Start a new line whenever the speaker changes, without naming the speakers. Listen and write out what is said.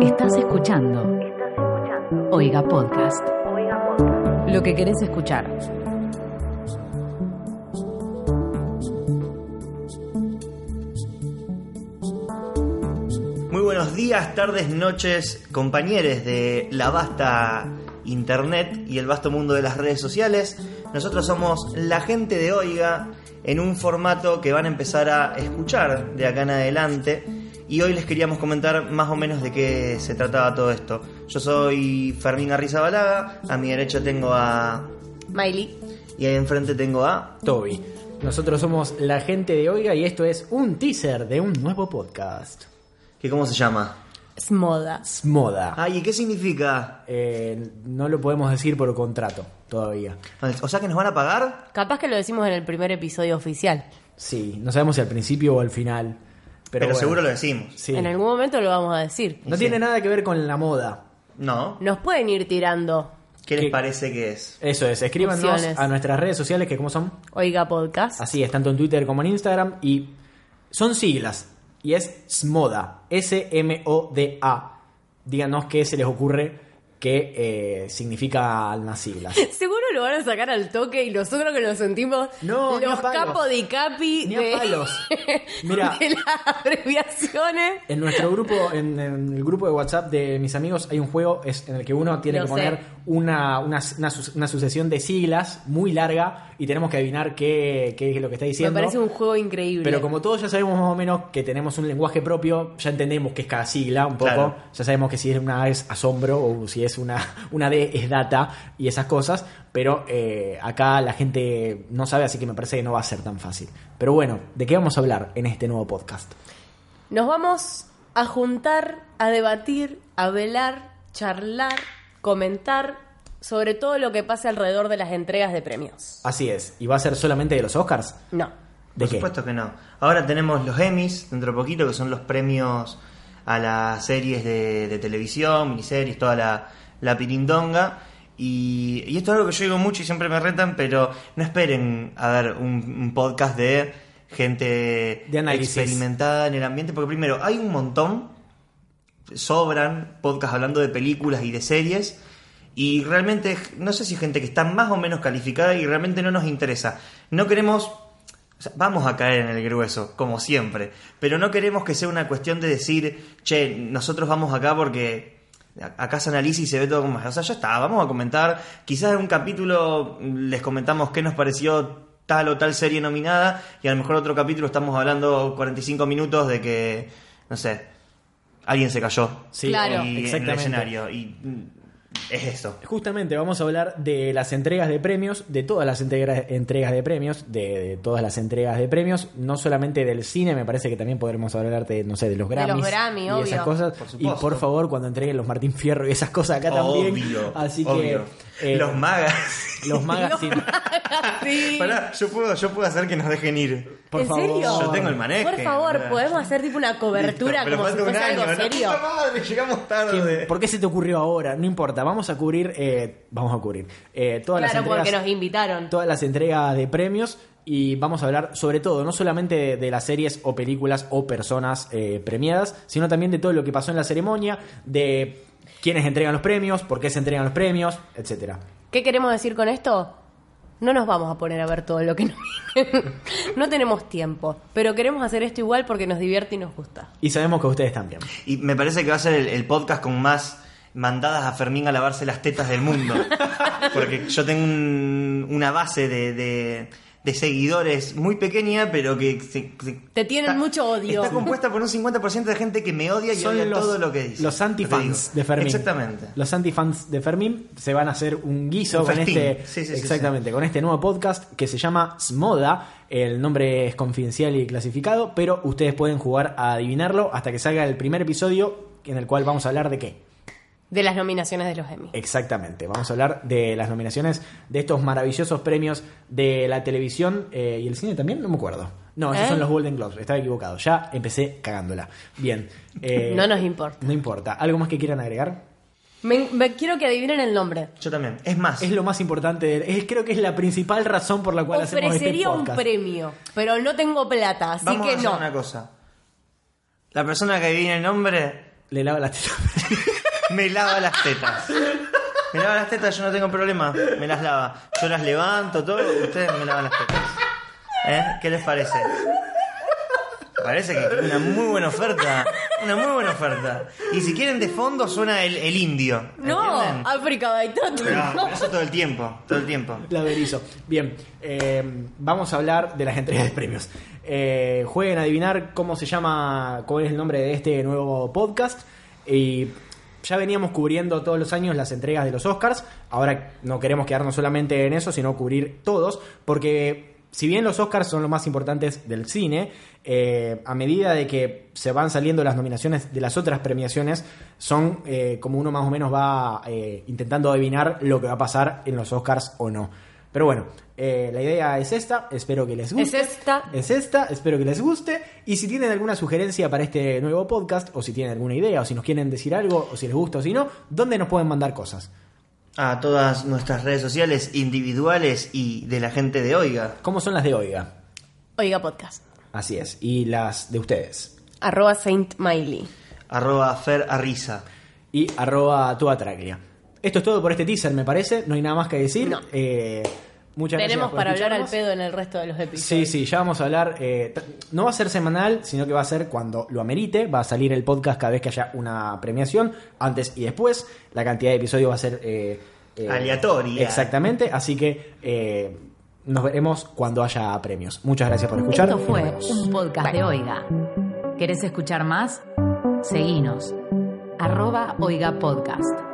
Estás escuchando. Oiga Podcast. Lo que querés escuchar.
Muy buenos días, tardes, noches, compañeros de la vasta internet y el vasto mundo de las redes sociales. Nosotros somos la gente de Oiga en un formato que van a empezar a escuchar de acá en adelante. Y hoy les queríamos comentar más o menos de qué se trataba todo esto. Yo soy Fermín Arrizabalaga, a mi derecha tengo a...
Miley.
y ahí enfrente tengo a...
Toby. Nosotros somos la gente de Oiga y esto es un teaser de un nuevo podcast.
¿Qué cómo se llama?
Es moda.
Es moda.
Ay, ¿y qué significa?
Ah, Eh, no lo podemos decir por contrato todavía.
O sea que nos van a pagar.
Capaz que lo decimos en el primer episodio oficial.
Sí, no sabemos si al principio o al final.
Pero,
Pero, bueno,
seguro lo decimos.
Sí.
En algún momento lo vamos a decir.
No
Sí.
tiene nada que ver con la moda.
¿No?
Nos pueden ir tirando.
¿Qué les
¿Qué?
parece que es?
Eso es, escríbanos
Opciones.
a nuestras redes sociales que como son,
Oiga podcast.
así es, tanto en Twitter como en Instagram y son siglas y es SMODA, S-M-O-D-A. Díganos qué se les ocurre que eh, significa las siglas.
Seguro lo van a sacar al toque y nosotros que nos sentimos
No, ni
los
a palos.
capos de capi
Ni a
de,
palos. Mirá.
de las abreviaciones.
En nuestro grupo, en, en el grupo de WhatsApp de mis amigos, hay un juego es, en el que uno tiene
Lo
que
sé.
poner una, una, una su- una sucesión de siglas muy larga y tenemos que adivinar qué, qué es lo que está
Me
diciendo.
parece un juego increíble.
Pero como todos ya sabemos más o menos que tenemos un lenguaje propio, ya entendemos qué es cada sigla un poco.
Claro.
Ya sabemos que si es una A es asombro o si es una, una D es data y esas cosas. Pero eh, acá la gente no sabe, así que me parece que no va a ser tan fácil. Pero bueno, ¿de qué vamos a hablar en este nuevo podcast?
Nos vamos a juntar, a debatir, a velar, charlar, comentar sobre todo lo que pase alrededor de las entregas de premios.
Así es. ¿Y va a ser solamente de los Oscars?
No.
¿De
Por
qué?
supuesto que no. Ahora tenemos los Emmys, dentro de poquito, que son los premios a las series de, de televisión, miniseries, toda la, la pirindonga. Y, y esto es algo que yo digo mucho y siempre me retan, pero no esperen a ver un, un podcast de gente
De análisis.
experimentada en el ambiente, porque primero hay un montón, sobran podcasts hablando de películas y de series. Y realmente, no sé si gente que está más o menos calificada y realmente no nos interesa. No queremos. o sea, vamos a caer en el grueso, como siempre. Pero no queremos que sea una cuestión de decir, che, nosotros vamos acá porque. a- Acá se analiza y se ve todo como. O sea, ya está, vamos a comentar. Quizás en un capítulo les comentamos qué nos pareció tal o tal serie nominada. Y a lo mejor otro capítulo estamos hablando 45 minutos de que. No sé. Alguien se cayó
Sí,
Claro.
y en el
exactamente.
escenario. Y mm, es eso.
Justamente vamos a hablar de las entregas de premios, de todas las entregas entregas de premios, de, de todas las entregas de premios, no solamente del cine, me parece que también podremos hablar de, no sé, de los
los
Grammys
Grammy,
y
obvio.
esas cosas.
Por
y
supuesto.
por favor, cuando entreguen los Martín Fierro y esas cosas acá también.
obvio.
Así
obvio.
que eh,
los magas.
los magazines,
Sí.
Pará, yo puedo, yo puedo hacer que nos dejen ir.
por
¿En
favor.
serio?
Yo tengo el manejo.
Por favor, podemos hacer tipo una cobertura como si fuese algo serio.
llegamos tarde.
¿Por qué se te ocurrió ahora? No importa, vamos a cubrir, eh, vamos a cubrir eh, todas las
Claro,
entregas.
porque nos invitaron.
todas las entregas de premios y vamos a hablar sobre todo, no solamente de, de las series o películas o personas eh, premiadas, sino también de todo lo que pasó en la ceremonia, de quiénes entregan los premios, por qué se entregan los premios, etcétera.
¿Qué queremos decir con esto? No nos vamos a poner a ver todo lo que nos No tenemos tiempo, pero queremos hacer esto igual porque nos divierte y nos gusta.
Y sabemos que ustedes también.
Y me parece que va a ser el, el podcast con más mandadas a Fermín a lavarse las tetas del mundo. Porque yo tengo un- una base de, de- de seguidores muy pequeña, pero que... se- se-
Te tienen mucho odio.
Está compuesta por un 50% de gente que me odia y odia todo lo que dice.
los
Lo que
antifans
digo.
de Fermín.
Exactamente.
Los antifans de Fermín se van a hacer un guiso
Un
con
festín.
este.
Sí, sí, sí,
exactamente, con este nuevo podcast que se llama Smoda. El nombre es confidencial y clasificado, pero ustedes pueden jugar a adivinarlo hasta que salga el primer episodio en el cual vamos a hablar de qué.
De las nominaciones de los Emmy.
Exactamente, vamos a hablar de las nominaciones de estos maravillosos premios de la televisión eh, y el cine también, no me acuerdo. No, esos
¿Eh?
son los Golden Globes, estaba equivocado, ya empecé cagándola. Bien. eh,
No nos importa.
no importa. ¿Algo más que quieran agregar?
Me, me quiero que adivinen el nombre.
Yo también. Es más,
Es lo más importante. de- es- creo que es la principal razón por la cual hacemos este
Ofrecería un
podcast.
premio, pero no tengo plata, así
vamos a
que
hacer
no.
una cosa. La persona que adivine el nombre
Le lava las tetas.
me lava las tetas. Me lava las tetas, yo no tengo problema. Me las lava. Yo las levanto, todo. Ustedes me lavan las tetas. ¿Eh? ¿Qué les parece? Parece que es una muy buena oferta. Una muy buena oferta. Y si quieren de fondo suena el, el indio.
No,
¿entienden?
África Baitoto.
Pero, pero eso todo el tiempo. Todo el tiempo.
Laberizo. Bien, eh, vamos a hablar de las entregas de premios. Eh, jueguen a adivinar cómo se llama, cuál es el nombre de este nuevo podcast. Y ya veníamos cubriendo todos los años las entregas de los Oscars. Ahora no queremos quedarnos solamente en eso, sino cubrir todos, porque si bien los Oscars son los más importantes del cine, eh, a medida de que se van saliendo las nominaciones de las otras premiaciones, son eh, como uno más o menos va eh, intentando adivinar lo que va a pasar en los Oscars o no. Pero bueno, eh, la idea es esta, espero que les guste.
Es esta.
Eh.
Es esta, espero que les guste. Y si tienen alguna sugerencia para este nuevo podcast, o si tienen alguna idea, o si nos quieren decir algo, o si les gusta o si no, ¿dónde nos pueden mandar cosas?
A todas nuestras redes sociales individuales y de la gente de Oiga.
¿Cómo son las de Oiga?
Oiga podcast.
Así es, y las de ustedes.
Arroba Saint Miley.
Arroba Fer Arriza.
y arroba tu atraglia. Esto es todo por este teaser, me parece. No hay nada más que decir.
No.
Eh, muchas gracias.
Tenemos
por
para hablar al
escucharnos.
pedo en el resto de los episodios.
Sí, sí, ya vamos a hablar. eh, t- no va a ser semanal, sino que va a ser cuando lo amerite. Va a salir el podcast cada vez que haya una premiación, antes y después. La cantidad de episodios va a ser. eh, eh,
Aleatoria.
Exactamente, así que eh, nos veremos cuando haya premios. Muchas gracias por escuchar.
Esto
Nos
fue
vemos.
un podcast de Oiga. ¿Querés escuchar más? Seguinos. Arroba Oiga Podcast.